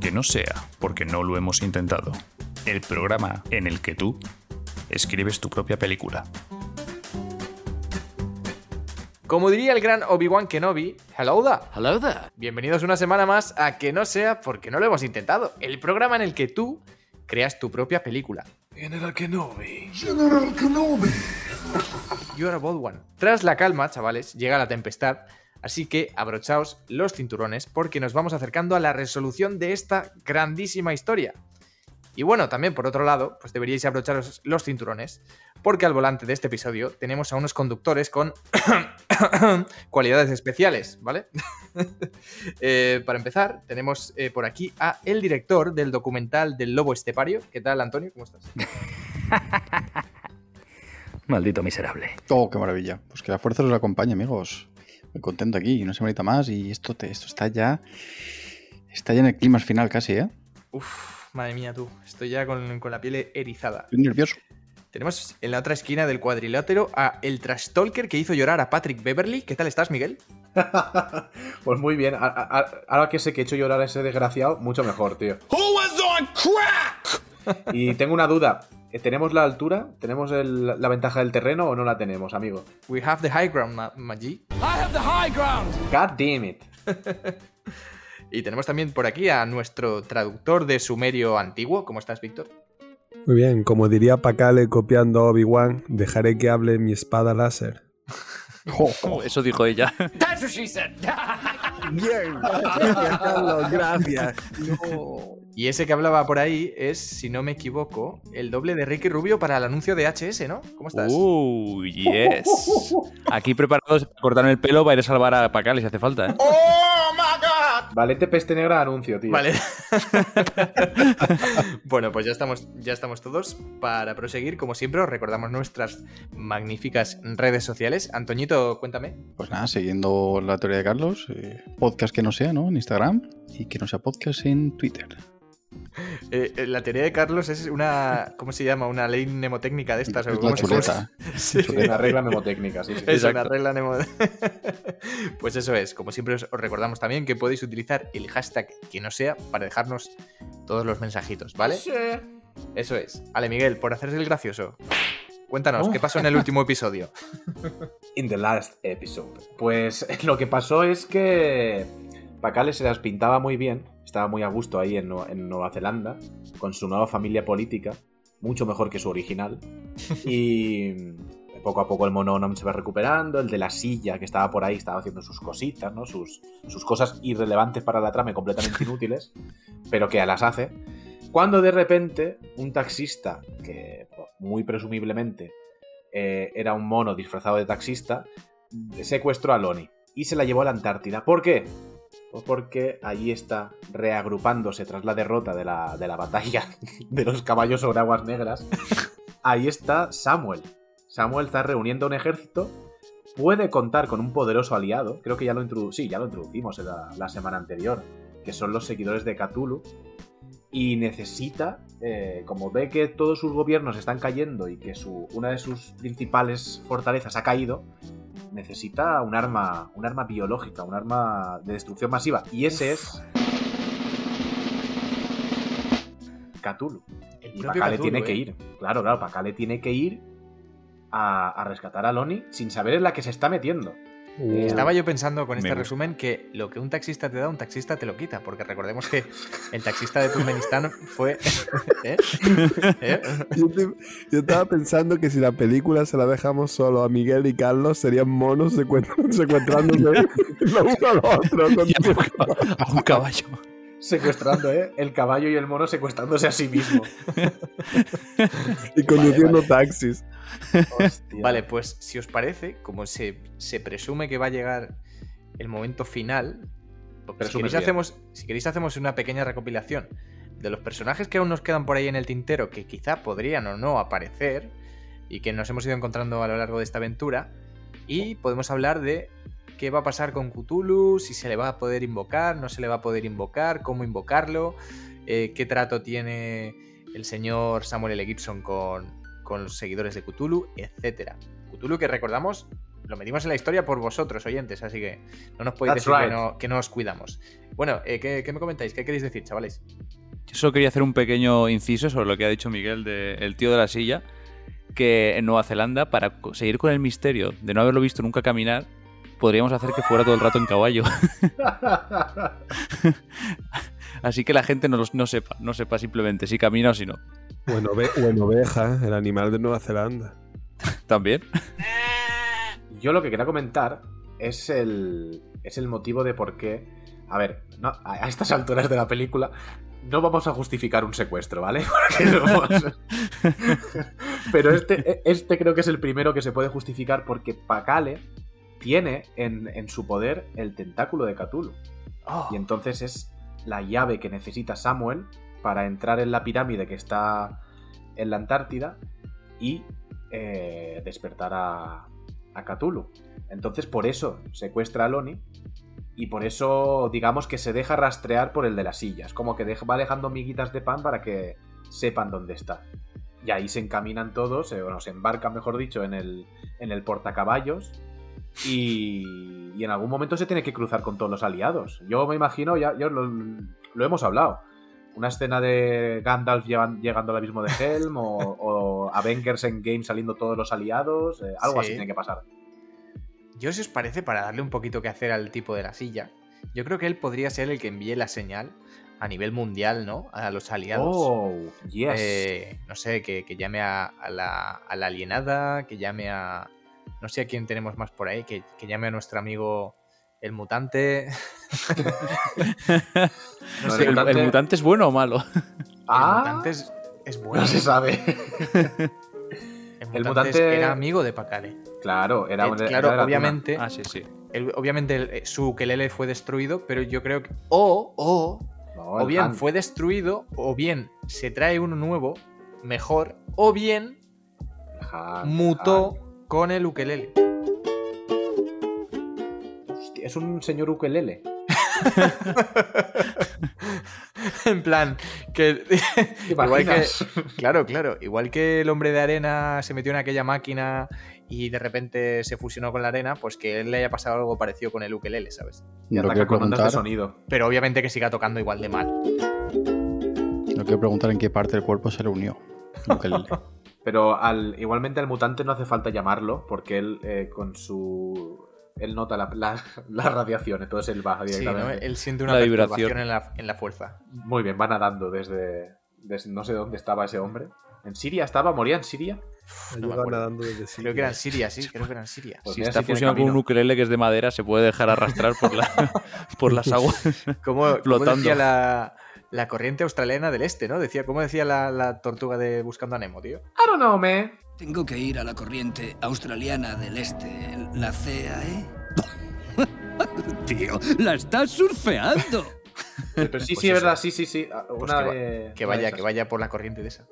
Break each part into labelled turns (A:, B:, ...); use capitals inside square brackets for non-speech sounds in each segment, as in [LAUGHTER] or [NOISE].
A: que no sea porque no lo hemos intentado. El programa en el que tú escribes tu propia película.
B: Como diría el gran Obi-Wan Kenobi, hello there.
C: Hello there.
B: Bienvenidos una semana más a Que no sea porque no lo hemos intentado. El programa en el que tú creas tu propia película.
D: General Kenobi.
E: General Kenobi.
B: You are a bold one. Tras la calma, chavales, llega la tempestad. Así que abrochaos los cinturones porque nos vamos acercando a la resolución de esta grandísima historia. Y bueno, también por otro lado, pues deberíais abrocharos los cinturones porque al volante de este episodio tenemos a unos conductores con [COUGHS] cualidades especiales, ¿vale? [LAUGHS] Eh, para empezar, tenemos eh, por aquí a el director del documental del Lobo Estepario. ¿Qué tal, Antonio? ¿Cómo estás?
C: Maldito miserable.
F: Oh, qué maravilla. Pues que la fuerza os acompañe, amigos. Muy contento aquí, una semanita más y esto, te- esto está ya. Está ya en el clima final casi, ¿eh?
B: Uf, madre mía, tú. Estoy ya con, con la piel erizada.
F: Estoy nervioso.
B: Tenemos en la otra esquina del cuadrilátero a el trash talker que hizo llorar a Patrick Beverly. ¿Qué tal estás, Miguel?
D: pues muy bien. a- a- a- Ahora que sé que he hecho llorar a ese desgraciado, mucho mejor, tío. Y tengo una duda. ¿eh, ¿Tenemos la altura? ¿Tenemos el- la ventaja del terreno o no la tenemos, amigo?
B: We have the high ground, Ma- Maggi.
D: God damn it.
B: Y tenemos también por aquí a nuestro traductor de sumerio antiguo. ¿Cómo estás, Víctor?
G: Muy bien, como diría Pacale copiando a Obi-Wan, dejaré que hable mi espada láser.
C: Uh, Eso dijo ella.
G: Bien, gracias Carlos, gracias.
B: Y ese que hablaba por ahí es, si no me equivoco, el doble de Ricky Rubio para el anuncio de HS, ¿no? ¿Cómo estás?
C: Uh, yes. Aquí preparados para cortarme el pelo para ir a salvar a Pacal si hace falta. ¿eh?
D: Valente este peste negra anuncio, tío.
B: Vale. [LAUGHS] bueno, pues ya estamos, ya estamos todos. Para proseguir, como siempre, os recordamos nuestras magníficas redes sociales. Antoñito, cuéntame.
F: Pues nada, siguiendo la teoría de Carlos, eh, podcast que no sea, ¿no? En Instagram y que no sea podcast en Twitter.
B: Eh, eh, la teoría de Carlos es una. ¿Cómo se llama? Una ley mnemotécnica de estas. o
F: Es
B: ¿cómo
F: la
B: se llama?
F: chuleta.
B: [LAUGHS] Sí.
D: Es una regla memotécnica, sí, sí.
B: Es una
C: Exacto.
B: regla nemo- [LAUGHS] pues eso es. Como siempre os os recordamos también que podéis utilizar el hashtag que no sea para dejarnos todos los mensajitos, ¿vale? Eso es. Ale Miguel, por hacerse el gracioso. Cuéntanos, ¿qué pasó en el último episodio?
D: In the last episode. Pues [LAUGHS] lo que pasó es que Pacales se las pintaba muy bien, estaba muy a gusto ahí en, Nue- en Nueva Zelanda, con su nueva familia política, mucho mejor que su original. Y poco a poco el monónomo se va recuperando, el de la silla que estaba por ahí estaba haciendo sus cositas, ¿no? Sus, sus cosas irrelevantes para la trama y completamente inútiles, pero que a las hace. Cuando de repente un taxista, que muy presumiblemente eh, era un mono disfrazado de taxista, secuestró a Loni y se la llevó a la Antártida. ¿Por qué? Pues porque allí está reagrupándose tras la derrota de la, de la batalla [LAUGHS] de los caballos sobre aguas negras. Ahí está Samuel. Samuel está reuniendo un ejército. Puede contar con un poderoso aliado. Creo que ya lo, introdu- sí, ya lo introducimos en la, la semana anterior. Que son los seguidores de Cthulhu. Y necesita, eh, como ve que todos sus gobiernos están cayendo y que su, una de sus principales fortalezas ha caído, necesita un arma, un arma biológica, un arma de destrucción masiva. Y ese es. Cthulhu.
B: El
D: Y
B: propio
D: Pacale
B: Cthulhu,
D: tiene que
B: ¿eh?
D: ir. Claro, claro, Pacale tiene que ir a, a rescatar a Loni sin saber en la que se está metiendo.
B: Estaba yo pensando con
A: Me
B: este
A: gusta.
B: resumen que lo que un taxista te da, un taxista te lo quita, porque recordemos que el taxista de Turkmenistán fue... [LAUGHS] ¿Eh? ¿Eh?
G: [LAUGHS] Yo, te- yo estaba pensando que si la película se la dejamos solo a Miguel y Carlos, serían monos secuest- [LAUGHS] secuestrándose lo uno al otro. con-
C: Y a un ca- a [LAUGHS] un caballo.
D: Secuestrando, ¿eh? El caballo y el mono secuestrándose a sí mismo.
G: y conduciendo taxis.
D: Hostia.
B: Vale, pues si os parece, como se, se presume que va a llegar el momento final, pues, si
D: Presumes
B: queréis,
D: bien.
B: hacemos, si queréis hacemos una pequeña recopilación de los personajes que aún nos quedan por ahí en el tintero, que quizá podrían o no aparecer, y que nos hemos ido encontrando a lo largo de esta aventura, y podemos hablar de qué va a pasar con Cthulhu, si se le va a poder invocar, no se le va a poder invocar, cómo invocarlo, eh, qué trato tiene el señor Samuel L. Gibson con, con los seguidores de Cthulhu, etc. Cthulhu que recordamos, lo metimos en la historia por vosotros, oyentes, así que no nos podéis
D: That's
B: decir que,
D: right.
B: no, que no os cuidamos. Bueno, eh, ¿qué, qué me comentáis? ¿Qué queréis decir, chavales?
C: Yo solo quería hacer un pequeño inciso sobre lo que ha dicho Miguel del tío de la silla, que en Nueva Zelanda, para co- seguir con el misterio de no haberlo visto nunca caminar, podríamos hacer que fuera todo el rato en caballo. [LAUGHS]
D: [LAUGHS]
C: Así que la gente no, los- no sepa, no sepa simplemente si camina o si no.
G: Bueno, ove- o en oveja, el animal de Nueva Zelanda.
C: También.
D: Yo lo que quería comentar es el, es el motivo de por qué. A ver, no- a a estas alturas de la película no vamos a justificar un secuestro, ¿vale? [LAUGHS] Porque somos- [LAUGHS] Pero este, este creo que es el primero que se puede justificar porque Pakale tiene en, en su poder el tentáculo de Cthulhu.
B: Oh,
D: Y entonces es la llave que necesita Samuel para entrar en la pirámide que está en la Antártida y eh, despertar a, a Cthulhu. Entonces por eso secuestra a Loni y por eso digamos que se deja rastrear por el de las sillas. Como que deja- va dejando miguitas de pan para que sepan dónde está. Y ahí se encaminan todos, eh, bueno, se embarcan, mejor dicho, en el, en el portacaballos y, y en algún momento se tiene que cruzar con todos los aliados. Yo me imagino, ya, ya lo, lo hemos hablado, una escena de Gandalf llevan- llegando al abismo de Helm o, o Avengers Endgame saliendo todos los aliados, eh, algo así
B: Sí.
D: tiene que pasar.
B: Yo, si os parece, para darle un poquito que hacer al tipo de la silla, yo creo que él podría ser el que envíe la señal a nivel mundial, ¿no? A los aliados.
D: Oh, yes.
B: Eh, no sé, que, que llame a, a la, a la alienada, que llame a. No sé a quién tenemos más por ahí, que, que llame a nuestro amigo el mutante. no
D: No,
B: sé,
C: ¿El,
B: el,
D: mutante-
C: el mutante es bueno o malo?
D: Ah,
B: mutante es, es bueno.
D: [LAUGHS] no se sabe.
B: El mutante,
D: el
B: es-
D: mutante-
B: era amigo de Pacale.
D: claro, era
B: Eh,
D: un era
B: claro,
D: de la
B: obviamente,
C: Ah, sí, sí.
B: el- obviamente el- eh, su ukelele fue destruido, pero yo creo que. O, o,
D: tuna. No,
B: o
D: el
B: bien
D: Han.
B: fue destruido, o bien se trae uno nuevo, mejor, o bien
D: El Han,
B: mutó con el ukelele. [LAUGHS]
D: Han. Hostia, es un señor ukelele.
B: En plan, que.
D: ¿Te
B: Igual que-
D: imaginas?
B: claro, claro. Igual que el hombre de arena se metió en aquella máquina y de repente se fusionó con la arena, pues que él le haya pasado algo parecido con el ukelele, ¿sabes?
D: Y
F: Lo
D: ataca
F: quiero
D: con ondas de
F: preguntar,
D: sonido.
B: Pero obviamente que siga tocando igual de mal.
F: lo quiero preguntar en qué parte del cuerpo se le unió. Lo que
D: [LAUGHS]
F: le-
D: Pero al, igualmente al mutante no hace falta llamarlo, porque él eh, con su. Él nota la, la- la radiación, entonces él va
B: Sí, ¿no?
D: directamente.
B: Él siente una
C: La
B: perturbación
C: vibración.
B: En, la, en la fuerza.
D: Muy bien, va nadando desde, desde- No sé dónde estaba ese hombre. ¿En Siria estaba? ¿Moría en Siria?
G: Ha
B: no me
G: llegado
B: acuerdo.
G: nadando desde Siria.
B: Creo que eran Siria, [LAUGHS] sí, creo que eran Siria.
D: Pues
C: si
D: mira,
C: está
D: sí tiene
C: fusionado con un
D: camino.
C: ukelele que es de madera, se puede dejar arrastrar por, la, [LAUGHS] por las aguas.
B: Como
C: Flotando.
B: decía la, la corriente australiana del este, ¿no? Decía, ¿cómo decía la, la tortuga de Buscando a Nemo, tío?
D: I don't know, man.
E: Tengo que ir a la corriente australiana del este, la CAE. [LAUGHS] Tío, la estás surfeando.
D: Pero
B: [LAUGHS]
D: sí,
B: Pues
D: sí, es
B: eso.
D: verdad, sí, sí, sí. Ah,
B: Pues
D: Una
B: que va-
D: de-
B: Que
D: una de
B: vaya,
D: esas.
B: que vaya por la corriente de esa.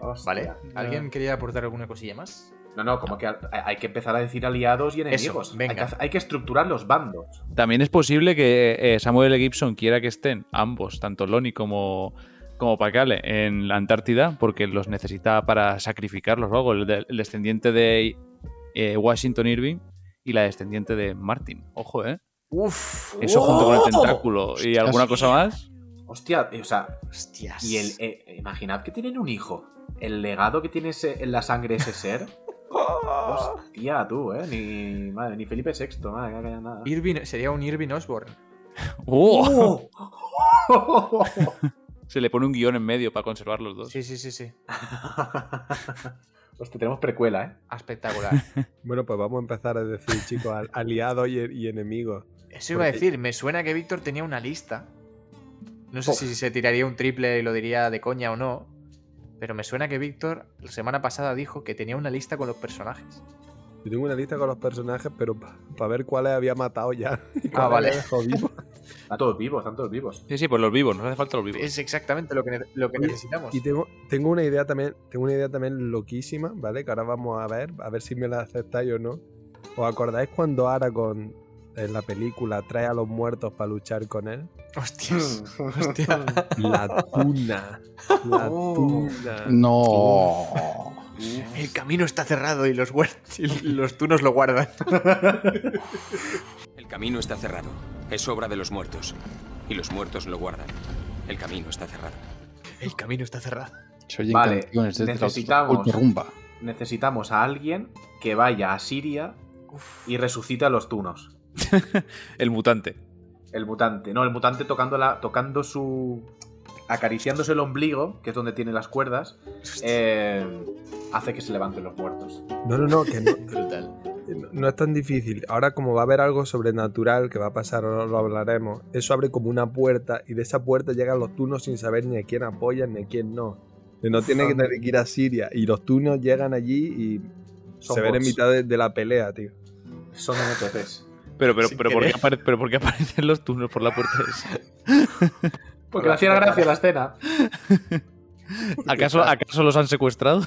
D: Hostia.
B: ¿Vale? ¿Alguien quería aportar alguna cosilla más?
D: No, no, como que al- hay hay que empezar a decir aliados y enemigos.
B: venga.
D: Hay, que, hacer- hay que estructurar los bandos.
C: También es posible que eh, Samuel L. Gibson quiera que estén ambos, tanto Lonnie como, como Pacale, en la Antártida, porque los necesita para sacrificarlos o algo. El, de- el descendiente de eh, Washington Irving y la descendiente de Martin. Ojo, ¿eh?
B: Uf,
C: Eso junto con el tentáculo y alguna cosa más.
D: Hostia, eh, o sea,
B: hostias.
D: y el, eh, imaginad que tienen un hijo. El legado que tiene ese- en la sangre
B: [LAUGHS]
D: ese ser.
B: Oh.
D: Hostia, tú, ¿eh? Ni, madre, ni Felipe VI, madre, que haya nada. [LAUGHS]
B: Irving, sería un Irving Osborne.
C: ¡Oh!
D: ¡Oh!
C: Se le pone un guión en medio para conservar los dos.
B: Sí, sí, sí, sí.
D: Hostia, tenemos precuela, ¿eh?
B: Espectacular. [LAUGHS]
G: Bueno, pues vamos a empezar a decir, chicos, al- aliados y, y enemigos.
B: Eso iba a decir, me suena que Víctor tenía una lista. No sé si se tiraría un triple y lo diría de coña o no. Pero me suena que Víctor la semana pasada dijo que tenía una lista con los personajes.
G: Yo tengo una lista con los personajes, pero para ver cuáles había
B: [LAUGHS]
G: matado ya. y
B: Ah,
G: cuáles
B: vale.
G: había dejado vivos.
D: Están todos vivos, están todos vivos.
C: Sí, sí, pues los vivos, nos hace falta los vivos.
B: Es exactamente lo que, ne- lo que
G: Oye,
B: necesitamos.
G: Y tengo, tengo una idea también, tengo una idea también loquísima, ¿vale? Que ahora vamos a ver, a ver si me la aceptáis o no. ¿Os acordáis cuando Aragorn en la película trae a los muertos para luchar con él?
B: Hostias. [LAUGHS] hostia.
G: La tuna. La
D: Oh.
G: tuna.
F: No.
B: El camino está cerrado y los, huert- y los tunos lo guardan.
H: El camino está cerrado. Es obra de los muertos. Y los muertos lo guardan. El camino está cerrado.
B: [LAUGHS] El camino está cerrado.
F: Se oyen
D: Vale,
F: canciones desde
D: necesitamos-
F: la ultrarrumba.
D: Necesitamos a alguien que vaya a Siria y resucite a los tunos.
C: El mutante.
D: El mutante. No, el mutante tocando, la, tocando su. acariciándose el ombligo, que es donde tiene las cuerdas, eh, hace que se levanten los muertos.
G: No, no, no,
D: [LAUGHS]
G: que no. No- No es tan difícil. Ahora, como va a haber algo sobrenatural que va a pasar, ahora lo hablaremos. Eso abre como una puerta y de esa puerta llegan los tunos sin saber ni a quién apoyan ni a quién no. Que No tiene que tener que ir a Siria. Y los tunos llegan allí y
D: Son
G: se ven en
D: bots.
G: mitad de, de la pelea, tío.
D: Son NPCs.
C: Pero, pero,
B: Sin
C: pero, ¿por qué
B: querer.
C: apare- pero ¿por qué aparecen los turnos por la puerta esa?
D: Porque le hacía gracia la escena.
C: ¿Acaso, ¿Acaso los han secuestrado?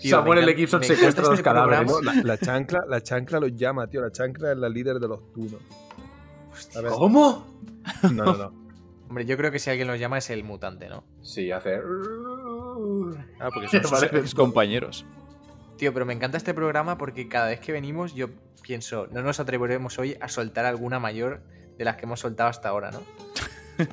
B: Tío,
D: Samuel
B: me
D: L.
B: encanta-
D: Gibson
B: me
D: secuestra
B: encanta
D: los
B: este
D: cadáveres.
B: programa.
G: La,
D: [LAUGHS]
G: la chancla, la chancla los llama, tío. La chancla es la líder de los tunos. A ver,
D: ¿Cómo?
G: no, no, no.
B: Hombre, yo creo que si alguien los llama es el mutante, ¿no?
D: Sí, hace.
C: Ah, [LAUGHS] porque son sus
D: Vale.
C: ex compañeros.
B: Tío, pero me encanta este programa porque cada vez que venimos yo pienso, no nos atreveremos hoy a soltar alguna mayor de las que hemos soltado hasta ahora, ¿no?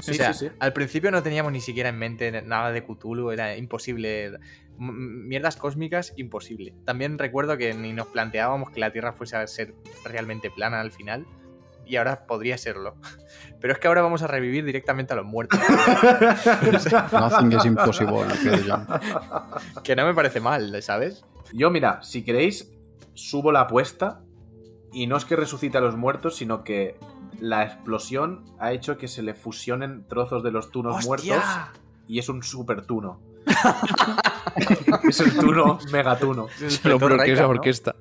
D: Sí,
B: o sea,
D: sí, sí.
B: al principio no teníamos ni siquiera en mente nada de Cthulhu, era imposible. M- m- Mierdas cósmicas, imposible. También recuerdo que ni nos planteábamos que la Tierra fuese a ser realmente plana al final, y ahora podría serlo. [LAUGHS] Pero es que ahora vamos a revivir directamente a los
D: [LAUGHS]
B: muertos,
F: Nothing is impossible, creo
D: [LAUGHS]
F: yo.
B: que no me parece mal, ¿sabes?
D: Yo, mira, si queréis, subo la apuesta. Y no es que resucite a los muertos, sino que la explosión ha hecho que se le fusionen trozos de los tunos muertos.
B: ¡Hostia!
D: Y es un super tuno. [LAUGHS] es el tuno megatuno. [LAUGHS]
C: [LAUGHS]
B: El
C: Pero,
B: pretor
C: pero ¿qué
B: Raikar,
C: es la
B: ¿no?
C: orquesta?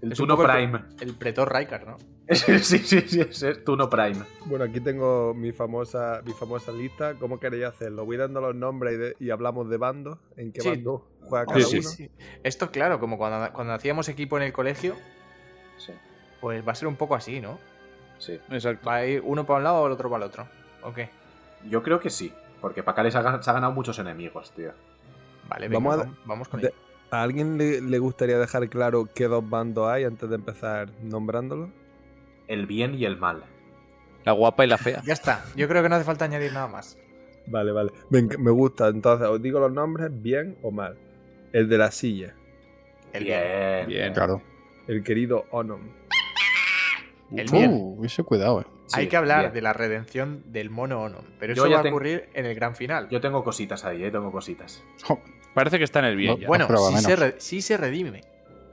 D: El
B: Es un
D: tuno
B: poco el-
D: prime.
B: El pretor Raikar, ¿no?
D: [LAUGHS] sí, sí, sí, es el tuno prime.
G: Bueno, aquí tengo mi famosa, mi famosa lista. ¿Cómo queréis hacerlo? Voy dando los nombres y, de- y hablamos de bandos. ¿En qué
B: Sí.
G: bando juega
B: Oh,
G: cada
C: sí,
G: uno?
B: Esto, claro, como cuando, cuando hacíamos equipo en el colegio,
D: Sí,
B: pues va a ser un poco así, ¿no?
D: sí.
C: Exacto.
B: Va a ir uno para un lado o el otro para el otro. Ok.
D: Yo creo que sí. Porque Pacales ha, gan- se ha ganado muchos enemigos, tío.
B: Vale, venga,
G: Vamos
B: vamos,
G: a-
B: vamos con
G: de-
B: ello.
G: ¿A alguien le, le gustaría dejar claro qué dos bandos hay antes de empezar nombrándolos?
D: El bien y el mal.
C: La guapa y la fea.
B: Ya está. Yo creo que no hace falta añadir nada más.
G: Vale, vale. Me, enc- me gusta. Entonces, os digo los nombres, bien o mal. El de la silla,
B: El bien.
D: bien.
C: Bien.
F: Claro.
G: el querido Onom.
B: El
F: Uh,
B: bien.
F: ese cuidado, eh.
D: Sí,
B: Hay que hablar
D: bien.
B: de la redención del mono Onom, pero
D: Yo
B: eso
D: ya
B: va a
D: tengo-
B: ocurrir en el gran final.
D: Yo tengo cositas ahí, eh, tengo cositas.
F: Jo,
C: Parece que está en el bien
F: No,
C: ya.
B: Bueno,
F: Prueba
B: sí
F: menos.
B: se, re- sí se redime.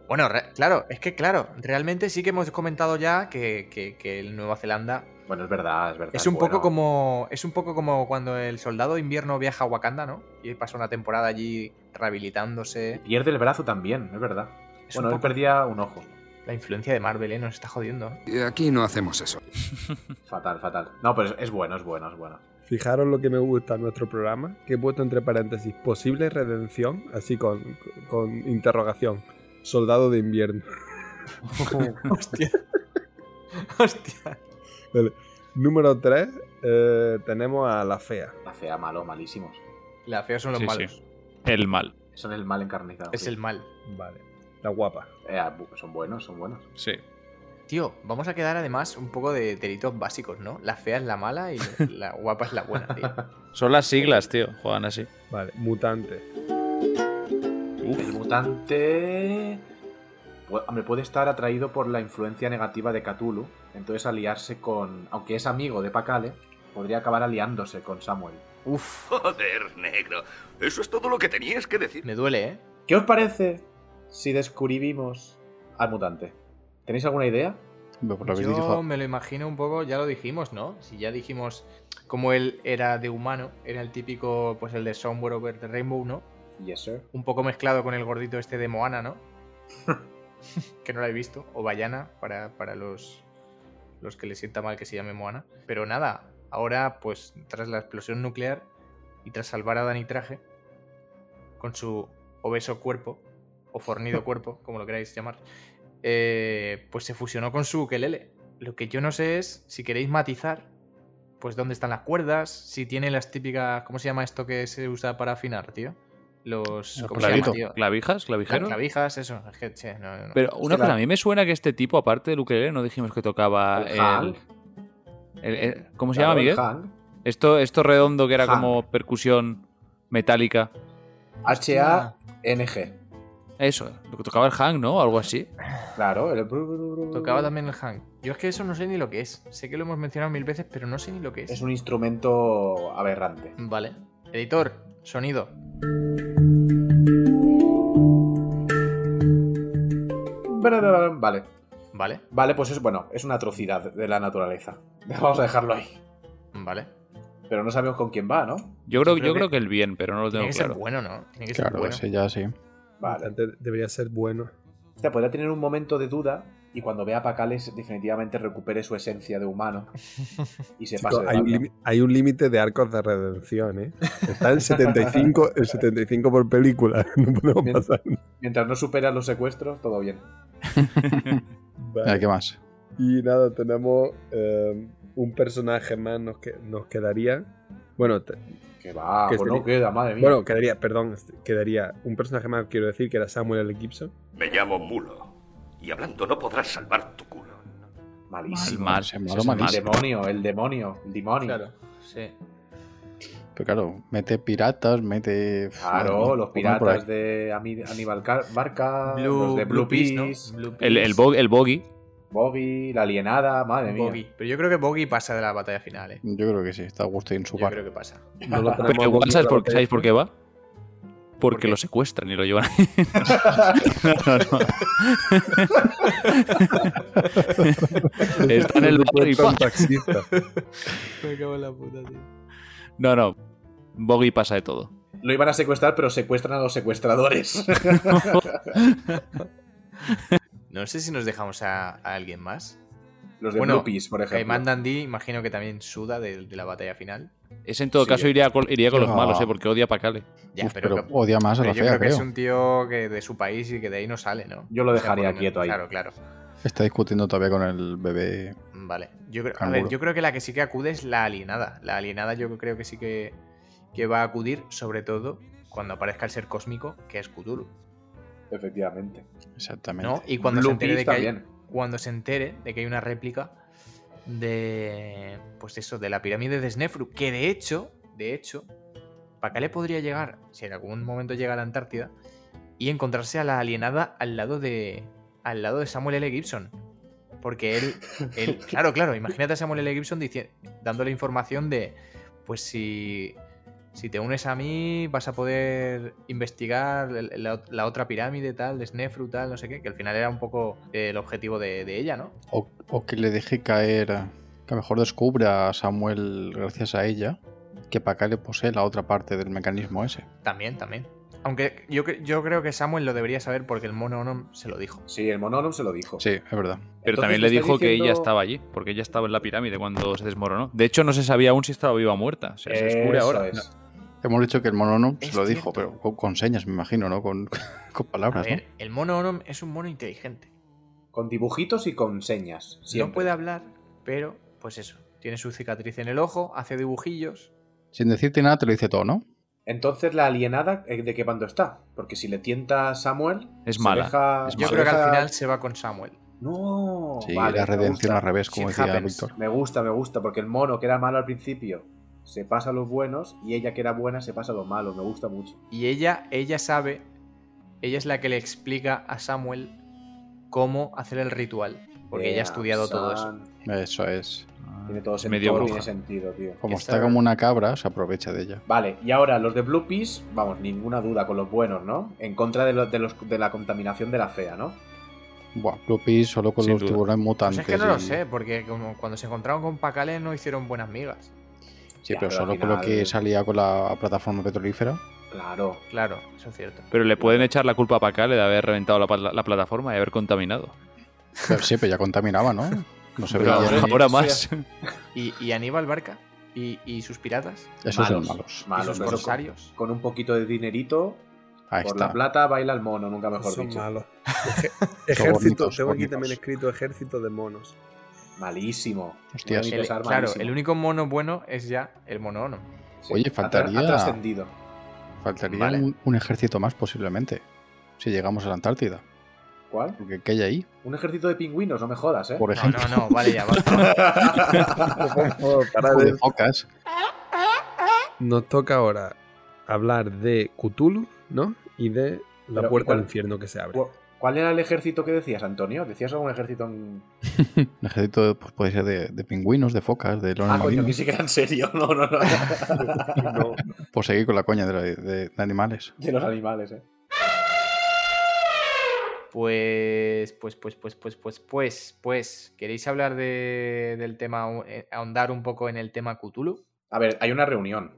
B: Bueno, re- claro, es que claro, realmente sí que hemos comentado ya que, que, que el Nueva Zelanda
D: Bueno, es verdad, es verdad.
B: Es un
D: bueno.
B: poco como. Es un poco como cuando el soldado de invierno viaja a Wakanda, ¿no? Y pasa una temporada allí rehabilitándose.
D: Pierde el brazo también, es verdad.
B: Es
D: Bueno,
B: un
D: él
B: poco-
D: perdía un ojo.
B: La influencia de Marvel, ¿eh? Nos está jodiendo. ¿eh?
E: Aquí no hacemos eso.
D: Fatal, fatal. No, pero es, es bueno, es bueno, es bueno.
G: Fijaros lo que me gusta en nuestro programa, que he puesto entre paréntesis posible redención, así con, con interrogación. Soldado de invierno.
B: Hostia. [LAUGHS] Hostia.
G: Número 3, tenemos a la fea.
D: La fea, malo, malísimos.
B: La fea son los
C: Sí,
B: malos.
C: El mal.
D: Son el mal encarnizado.
B: Es
D: sí.
B: el mal.
G: Vale. La guapa.
D: Eh, bu- son buenos, son buenos.
C: Sí.
B: Tío, vamos a quedar además un poco de delitos básicos, ¿no? La fea es la mala y la guapa es la buena, tío.
C: Son las siglas, tío. Juegan así.
G: Vale. Mutante.
D: El mutante. pu- Hombre, puede estar atraído por la influencia negativa de Cthulhu. Entonces aliarse con. Aunque es amigo de Pacale, podría acabar aliándose con Samuel.
B: Uf,
I: Joder, negro. Eso es todo lo que tenías que decir.
B: me duele, ¿eh?
D: ¿Qué os parece si descubrimos al mutante? ¿Tenéis alguna idea?
F: Hombre, pues lo habéis
B: Yo
F: dicho.
B: me lo imagino un poco, ya lo dijimos, ¿no? Si ya dijimos como él era de humano, era el típico, pues el de Somewhere Over the Rainbow, ¿no?
D: Yes, sir.
B: un poco mezclado con el gordito este de Moana, ¿no? que no la he visto. O Bayana, para, para los, los que les sienta mal que se llame Moana. Pero nada, ahora, pues, tras la explosión nuclear y tras salvar a Dani Traje, con su obeso cuerpo, o fornido cuerpo, como lo queráis llamar, eh, pues se fusionó con su ukelele. Lo que yo no sé es, si queréis matizar, pues dónde están las cuerdas, si tiene las típicas... ¿Cómo se llama esto que se usa para afinar, tío? Los.
F: Los
B: ¿Cómo se llama,
F: clavito.
B: tío?
C: ¿Clavijas? ¿Clavijeros?
B: Clavijas, eso. Es que, che, no, no.
C: Pero una
D: Claro.
C: cosa, a mí me suena que este tipo, aparte del ukelele, no dijimos que tocaba
D: El
C: el,
D: Hank.
C: el- el- ¿Cómo se llama,
D: Claro, el
C: Miguel?
D: Hank.
C: Esto, esto redondo que era
D: Hank.
C: como percusión metálica.
D: H-A-N-G.
C: Eso, lo que tocaba el hang, ¿no? Algo así.
D: Claro, el...
B: Tocaba también el hang. Yo es que eso no sé ni lo que es. Sé que lo hemos mencionado mil veces, pero no sé ni lo que es.
D: Es un instrumento aberrante.
B: Vale. Editor, sonido.
D: Vale.
B: Vale,
D: Vale, pues es bueno, es una atrocidad de la naturaleza. [LAUGHS] Vamos a dejarlo ahí.
B: vale.
D: Pero no sabemos con quién va, ¿no?
C: Yo
B: creo
C: creo, yo
B: que-
C: creo que el bien, pero no lo
B: Tiene
C: tengo
B: que
C: claro.
B: ser bueno, ¿no? Tiene que ser
F: Claro,
B: bueno.
F: ese ya sí.
D: Vale.
G: Bastante- Debería ser bueno.
D: O sea, podría tener un momento de duda y cuando vea a Pacales definitivamente recupere su esencia de humano y
G: [LAUGHS]
D: se
G: Chico,
D: pase de
G: hay, un
D: banda.
G: límite- hay un límite de arcos de redención, ¿eh? Está en 75, en 75 por película. [LAUGHS] No podemos pasar.
D: Mientras no supera los secuestros, todo bien.
F: A ver, ¿Qué más?
G: Y nada, tenemos eh, un personaje más nos, que, nos quedaría. Bueno, te-
D: Que va,
G: Que
D: pues
G: se
D: no
G: li-
D: queda, madre mía.
G: bueno, quedaría, perdón, este, quedaría un personaje más, quiero decir, que era Samuel L. Gibson.
I: Me llamo Mulo. Y hablando no podrás salvar tu culo.
C: El
D: Malísimo.
C: mal,
F: ese
C: ese
F: malo,
C: es el
D: El
C: mal.
F: malísimo.
D: demonio, el demonio, el demonio. Claro,
B: Sí.
F: Pero claro, mete piratas, mete. Bueno,
D: los
F: por
C: pues
F: ahí.
D: piratas de Ami- Aníbal Car- Barca, los de Blue
B: Peas, ¿no?
D: Peas,
B: Blue
C: El,
B: Peas.
C: el, bog- el bogey.
D: Boggy, la alienada, madre mía.
B: Bogey. Pero yo creo que Boggy pasa de la batalla final, ¿eh?
F: Yo creo que sí, está a gusto y en su
B: Yo
F: bar.
B: creo que pasa.
G: No lo tenemos
C: Pero igual,
G: aquí,
C: ¿sabes por,
G: claro,
C: ¿sabéis por qué va? Porque
B: qué?
C: lo secuestran y lo llevan ahí. No, no, no. Está en el bar y
G: Son
C: ¡pum!
G: taxistas.
B: Me cago en la puta, tío.
C: No, no. Boggy pasa de todo.
D: Lo iban a secuestrar, pero secuestran a los secuestradores. [LAUGHS]
B: No sé si nos dejamos a, a alguien más.
D: los de
B: Bueno,
D: Blue Peas, por ejemplo.
B: Caimán Dandy, imagino que también suda de, de la batalla final.
C: Ese en todo
D: Sí.
C: caso iría con, iría con los
F: No.
C: malos, ¿eh? porque odia a Pacale.
B: Ya,
F: Uf,
B: pero,
F: pero,
B: que-
F: odia más a
B: pero
F: la
B: yo
F: fea,
B: creo que
F: creo.
B: es un tío que de su país y que de ahí no sale, ¿no?
D: Yo lo
B: O sea, por
D: dejaría
B: menos-
D: quieto ahí.
B: Claro, claro.
F: Está discutiendo todavía con el bebé.
B: Vale. Yo creo, a
F: Canguro.
B: ver, yo creo que la que sí que acude es la alienada. La alienada yo creo que sí que, que va a acudir, sobre todo cuando aparezca el ser cósmico, que es Cthulhu.
D: Efectivamente.
F: Exactamente.
B: ¿no? Y cuando se
D: Blue
B: entere de
D: Peas
B: que hay-
D: también.
B: cuando se entere de que hay una réplica de pues eso, de la pirámide de Snefru, que de hecho, de hecho, Pacale podría llegar, si en algún momento llega a la Antártida y encontrarse a la alienada al lado de al lado de Samuel L. Gibson. Porque él, él- claro, claro, imagínate a Samuel L. Gibson dici- dándole información de pues si si te unes a mí vas a poder investigar el- la, la otra pirámide tal, de Snefru tal, no sé qué, que al final era un poco eh, el objetivo de, de ella, ¿no?
F: O, o que le deje caer. Que a lo mejor descubra a Samuel, gracias a ella, que Pacale posee la otra parte del mecanismo ese.
B: También, también. Aunque yo, cre- yo creo que Samuel lo debería saber porque el mono Onom se lo dijo.
D: Sí, el monólogo se lo dijo.
F: Sí, es verdad.
C: Pero
D: Entonces
C: también
D: me
C: le
D: está
C: dijo que
D: diciendo-
C: ella estaba allí, porque ella estaba en la pirámide cuando se desmoronó. De hecho, no se sabía aún si estaba viva o muerta. O sea, se descubre
D: Eso
C: ahora.
D: es.
F: Hemos dicho que el mono no
B: Es
F: se lo dijo,
B: cierto.
F: pero con, con señas, me imagino, ¿no? Con, [LAUGHS] con
B: A
F: palabras, ¿no?
B: ver, el mono Onom es un mono inteligente.
D: Con dibujitos y con señas.
B: No
D: siempre.
B: puede hablar, pero pues eso, tiene su cicatriz en el ojo, hace dibujillos.
F: Sin decirte nada, te lo dice todo, ¿no?
D: Entonces, la alienada, eh, ¿de qué bando está? Porque si le tienta a Samuel.
C: Es
D: se
C: mala.
D: deja-
C: Es
B: Yo
D: se
B: creo que
D: deja-
B: al final se va con Samuel.
D: No.
F: Sí,
D: Oh, vale,
F: la
D: me
F: redención
D: gusta.
F: al revés, como
B: Shit
F: decía
B: happens.
F: Víctor.
D: Me gusta, me gusta, porque el mono que era malo al principio se pasa a los buenos y ella que era buena se pasa a los malos. Me gusta mucho.
B: Y ella, ella sabe, ella es la que le explica a Samuel cómo hacer el ritual. Porque ella ha
D: Damn,
B: estudiado todo eso.
D: son.
F: Eso es.
D: Tiene todo
C: Es
D: sentido,
C: medio bruja.
D: tiene sentido, tío.
F: Como
B: Esta-
F: está como una cabra, se aprovecha de ella.
D: Vale, y ahora los de Blue Peas, vamos, ninguna duda con los buenos, ¿no? En contra de, los- de, los, de la contaminación de la fea, ¿no?
F: Buah, Plupi solo con
C: Sin
F: los
C: duda.
F: tiburones
B: Pues
F: mutantes.
B: es que no lo
F: y-
B: sé, porque como cuando se encontraron con Pacale no hicieron buenas migas.
F: Sí, pero
D: Ya, pero al
F: solo con lo
D: final-
F: que salía con la plataforma petrolífera.
D: Claro.
B: Claro, eso es cierto.
C: Pero le pueden echar la culpa a Pacale de haber reventado la, pla- la plataforma y haber contaminado.
F: Pero sí, pero ya contaminaba, ¿no? No se
C: Pero
F: veía.
D: hombre,
C: ahora,
F: ni-
C: ahora
D: eso ya-
C: más.
B: ¿Y, y Aníbal Barca? ¿Y, y sus piratas?
F: Esos son
D: malos.
F: malos.
B: ¿Y
D: Malos,
B: sus
D: pero con,
B: corsarios?
D: Ah, con un poquito de dinerito,
F: Ahí
D: por
F: está.
D: la plata baila el mono, nunca mejor
G: Son
D: dicho.
G: malos. [LAUGHS] Eje- Ejército,
F: bonitos,
G: tengo aquí
F: bonitos.
G: también escrito ejército de monos.
D: Malísimo.
F: Hostias.
D: Uno de
B: El- e-
D: los armas
B: claro,
D: malísimo.
B: el único mono bueno es ya el mono Ono.
D: Sí,
F: Oye,
D: ha tra-
F: faltaría-
D: Ha trascendido.
F: Faltaría
B: Vale.
F: un, un ejército más posiblemente. Si llegamos a la Antártida.
D: ¿Cuál?
F: Porque ¿qué hay ahí?
D: Un ejército de pingüinos, no me jodas, ¿eh?
F: Por
B: No,
F: ejemplo.
B: no, no, vale, ya
F: [LAUGHS]
B: basta.
D: Pues,
G: Oh, para
F: o de
G: de-
F: focas.
G: Nos toca ahora hablar de Cthulhu, ¿no? Y de la
D: Pero,
G: puerta
D: ¿cuál-
G: al infierno que se abre.
D: ¿Cu- pues, ¿Cuál era el ejército que decías, Antonio? ¿Decías algún ejército en...
F: Un ejército pues, puede ser de, de pingüinos, de focas, de loros
D: Ah, coño,
F: marinos.
D: que sí que era en serio. [LAUGHS] No, no, no.
F: Por seguir con la coña de, la- de- de animales.
D: De los animales, ¿eh?
B: Pues, pues, pues, pues, pues, pues, pues, pues, ¿queréis hablar de- del tema, eh, ahondar un poco en el tema Cthulhu?
D: A ver, hay una reunión.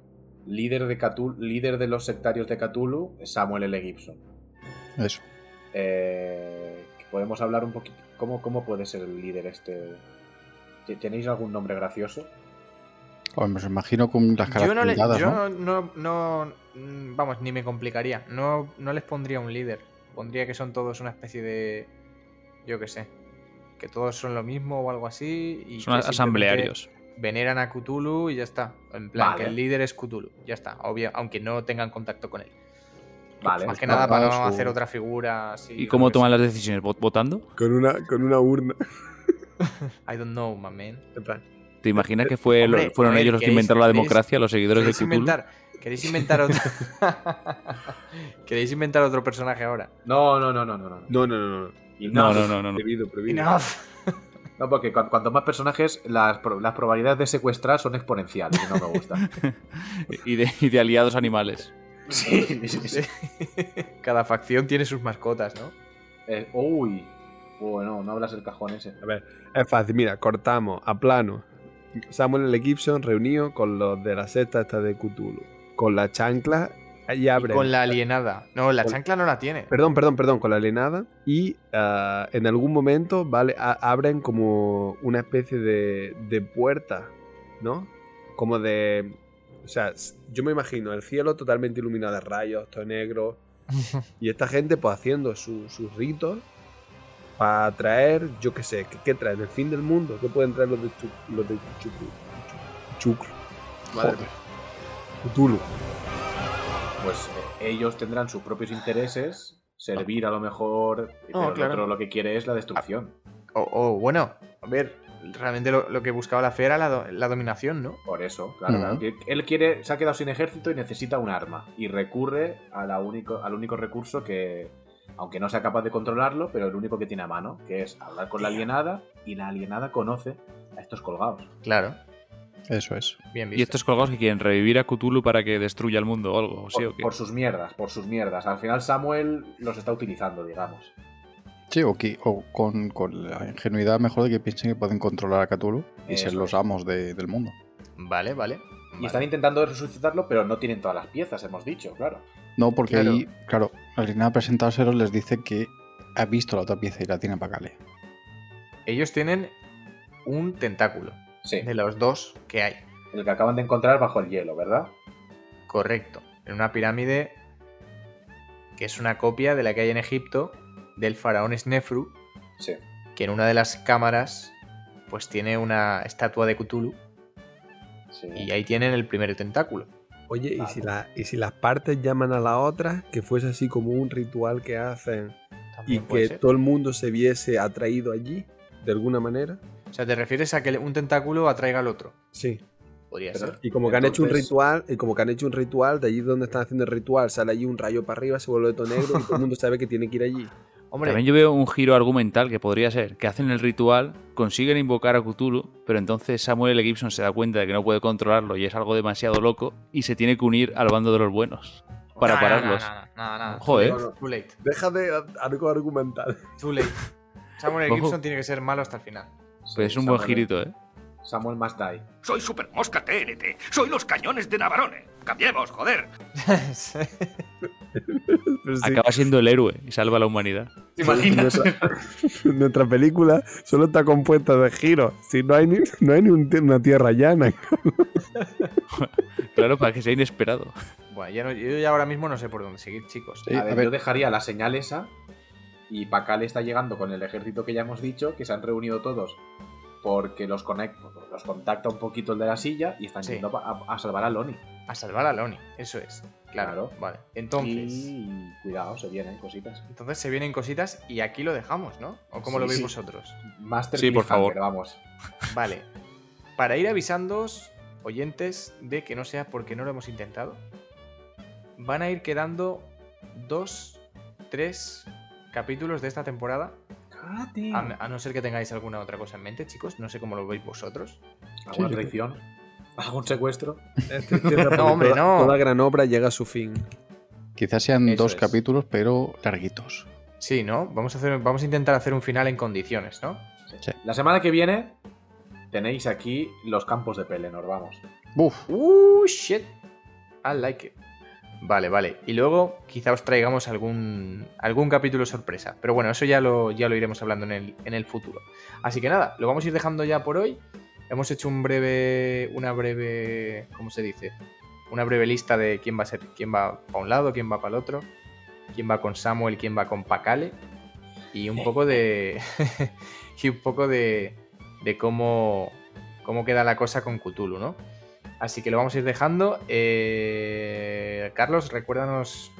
D: Líder de, Cthul- líder de los sectarios de Cthulhu, Samuel L. Gibson.
F: Eso.
D: Eh, Podemos hablar un poquito. ¿Cómo, ¿Cómo puede ser el líder este? ¿Te- ¿Tenéis algún nombre gracioso?
F: O me os imagino con las caras
B: Yo no le,
F: pintadas,
B: yo
F: ¿no?
B: no, no- no- mm, vamos, ni me complicaría. No, no les pondría un líder. Pondría que son todos una especie de, yo qué sé, que todos son lo mismo o algo así. Y
C: Son
B: que simplemente
C: asamblearios.
B: Veneran a Cthulhu y ya está. En plan,
D: Vale.
B: que el líder es Cthulhu. Ya está, obvio, aunque no tengan contacto con él.
D: Vale.
B: Más que nada para no
F: su-
B: hacer otra figura así.
C: ¿Y
B: yo
C: cómo
B: qué sé.
C: toman las decisiones? ¿Vot- ¿Votando?
G: Con una, con una urna.
B: I don't know, my man.
G: En plan,
C: ¿Te imaginas que fue,
B: Hombre,
C: lo-
B: a
C: fueron
B: ver,
C: ellos los que
B: ¿queréis-
C: inventaron la
B: queréis-
C: democracia, los seguidores de
B: ¿Queréis
C: Cthulhu?
B: inventar, ¿Queréis inventar otro? [LAUGHS] ¿Queréis inventar otro personaje ahora?
D: No, no, no, no, no. No,
G: no, no, no, no.
C: No, no, no, no, no.
G: Prohibido, prohibido.
B: Enough.
D: No, porque cu- cuanto más personajes, las, pro- las probabilidades de secuestrar son exponenciales. y No me gusta.
C: Y de, y de aliados animales.
D: [LAUGHS] sí, sí, sí.
B: Cada facción tiene sus mascotas, ¿no?
D: Eh, uy. Bueno, no hablas el cajón ese.
G: A ver, es fácil. Mira, cortamos a plano. Samuel L. Gibson reunido con los de la secta esta de Cthulhu. Con la chancla y abre.
B: Con la alienada. No, la
G: Con-
B: chancla no la tiene.
G: Perdón, perdón, perdón, con la alienada. Y ah, en algún momento, ¿vale? a- abren como una especie de, de puerta, ¿no? Como de. O sea, s- yo me imagino el cielo totalmente iluminado de rayos, todo negro. Y esta gente, pues haciendo su- sus ritos para traer, yo qué sé, ¿qué, qué traen? ¿El fin del mundo? ¿Qué pueden traer los de, Chu, los de Chucu- Chu- Chucro? Madre mía. Cthulhu.
D: Pues eh, ellos tendrán sus propios intereses, servir a lo mejor, pero el
B: claro.
D: otro lo que quiere es la destrucción.
B: O, o, bueno, a ver, realmente lo, lo que buscaba la fe era la, do- la dominación, ¿no?
D: Por eso, claro.
F: Ujú.
D: claro. Él quiere, se ha quedado sin ejército y necesita un arma. Y recurre a la único, al único recurso que, aunque no sea capaz de controlarlo, pero el único que tiene a mano, que es hablar con la alienada, y la alienada conoce a estos colgados.
B: Claro,
F: Eso es.
B: bien visto.
C: Y estos colgados que quieren revivir a Cthulhu para que destruya el mundo o algo, ¿o sí
D: Por,
C: o qué?
D: por sus mierdas, por sus mierdas. Al final Samuel los está utilizando, digamos.
F: Sí, o, qui- o con, con la ingenuidad mejor de que piensen que pueden controlar a Cthulhu y
D: Eso
F: ser los
D: es.
F: amos de- del mundo.
B: Vale, vale.
D: Y
B: vale.
D: están intentando resucitarlo, pero no tienen todas las piezas, hemos dicho, claro.
F: No, porque
B: Claro.
F: ahí, claro, al final presentárselo les dice que ha visto la otra pieza y la tiene para Cale.
B: Ellos tienen un tentáculo
D: Sí.
B: de los dos que hay.
D: El que acaban de encontrar bajo el hielo, ¿verdad?
B: Correcto. En una pirámide que es una copia de la que hay en Egipto del faraón Snefru,
D: Sí.
B: que en una de las cámaras pues tiene una estatua de Cthulhu
D: sí.
B: y ahí tienen el primer tentáculo.
G: Oye, ¿y, si la- y si las partes llaman a la otra, que fuese así como un ritual que hacen y
B: También puede
G: que
B: ser.
G: todo el mundo se viese atraído allí, de alguna manera.
B: O sea, ¿te refieres a que un tentáculo atraiga al otro?
G: Sí.
B: Podría
D: Pero-
B: ser.
G: Y como que han hecho un
D: Entonces-
G: ritual, y como que han hecho un ritual, de allí donde están haciendo el ritual, sale allí un rayo para arriba, se vuelve todo negro y todo el [LAUGHS] mundo sabe que tiene que ir allí.
B: Hombre,
C: También yo veo un giro argumental que podría ser que hacen el ritual, consiguen invocar a Cthulhu, pero entonces Samuel L. Gibson se da cuenta de que no puede controlarlo y es algo demasiado loco y se tiene que unir al bando de los buenos para
B: No, no,
C: pararlos. ¿eh?
B: No, no, no, no, no.
C: Joder.
B: Too late.
G: Deja de algo argumental.
B: Too late. Samuel L.
C: Ojo.
B: Gibson tiene que ser malo hasta el
C: [LAUGHS]
B: final.
C: Pues es
D: Sí,
C: un buen
D: Samuel-
C: girito, ¿eh?
D: Samuel must die.
I: Soy Super Mosca TNT. Soy los cañones de Navarone. Cambiemos, joder.
C: Acaba siendo el héroe y salva a la humanidad.
D: ¿Te imaginas?
G: [LAUGHS] Nuestra película solo está compuesta de giros. Si no hay ni, no hay ni un tie- una tierra llana.
C: Claro, para que sea inesperado.
B: bueno, ya no- yo ya ahora mismo no sé por dónde seguir, chicos.
F: Sí,
D: a, ver,
F: a ver.
D: yo dejaría la señal esa y Pacal está llegando con el ejército que ya hemos dicho, que se han reunido todos porque los, conect- los contacta un poquito el de la silla y están
B: Sí.
D: yendo a, a salvar a Loni.
B: A salvar a Loni, eso es. Claro.
D: Claro.
B: Vale. Entonces,
D: Y cuidado, se vienen cositas.
B: entonces se vienen cositas y aquí lo dejamos, ¿no? ¿O cómo
D: Sí,
B: lo veis
D: sí.
B: vosotros?
D: Master
C: Sí, por
D: cliffhanger,
C: favor.
D: vamos.
B: Vale. Para ir avisándoos, oyentes, de que no sea porque no lo hemos intentado, van a ir quedando dos, tres capítulos de esta temporada.
D: Cati.
B: A, a no ser que tengáis alguna otra cosa en mente, chicos. No sé cómo lo veis vosotros.
D: ¿Alguna
F: Sí, yo
D: traición? ¿Algún secuestro?
G: Este cierra [LAUGHS] porque
B: hombre,
G: toda-
B: no.
G: Toda gran obra llega a su fin.
F: Quizás sean
B: Eso
F: dos
B: es.
F: capítulos, pero larguitos.
B: Sí, ¿no? Vamos a, hacer, vamos a intentar hacer un final en condiciones, ¿no?
D: La semana que viene tenéis aquí los campos de Pelennor, vamos.
F: Buf,
B: Uh, shit. I like it. Vale, vale. Y luego quizá os traigamos algún, algún capítulo sorpresa. Pero bueno, eso ya lo, ya lo iremos hablando en el, en el futuro. Así que nada, lo vamos a ir dejando ya por hoy. Hemos hecho un breve. Una breve. ¿Cómo se dice? Una breve lista de quién va a ser. quién va para un lado, quién va para el otro. Quién va con Samuel, quién va con Pacale. Y un poco de. [LAUGHS] y un poco de. de cómo. cómo queda la cosa con Cthulhu, ¿no? Así que lo vamos a ir dejando. Eh, Carlos, recuérdanos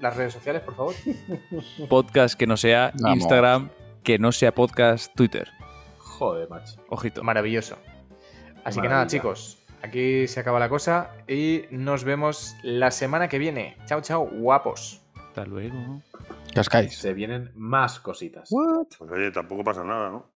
B: las redes sociales, por favor.
C: Podcast que no sea
F: Vamos.
C: Instagram, que no sea podcast Twitter.
D: Joder, macho.
C: Ojito.
B: Maravilloso. Así que
D: Maravilla.
B: nada, chicos. Aquí se acaba la cosa y nos vemos la semana que viene. Chao, chao, guapos.
C: Hasta luego.
F: cascáis.
D: Se vienen más cositas.
I: Pues oye, tampoco pasa nada, ¿no?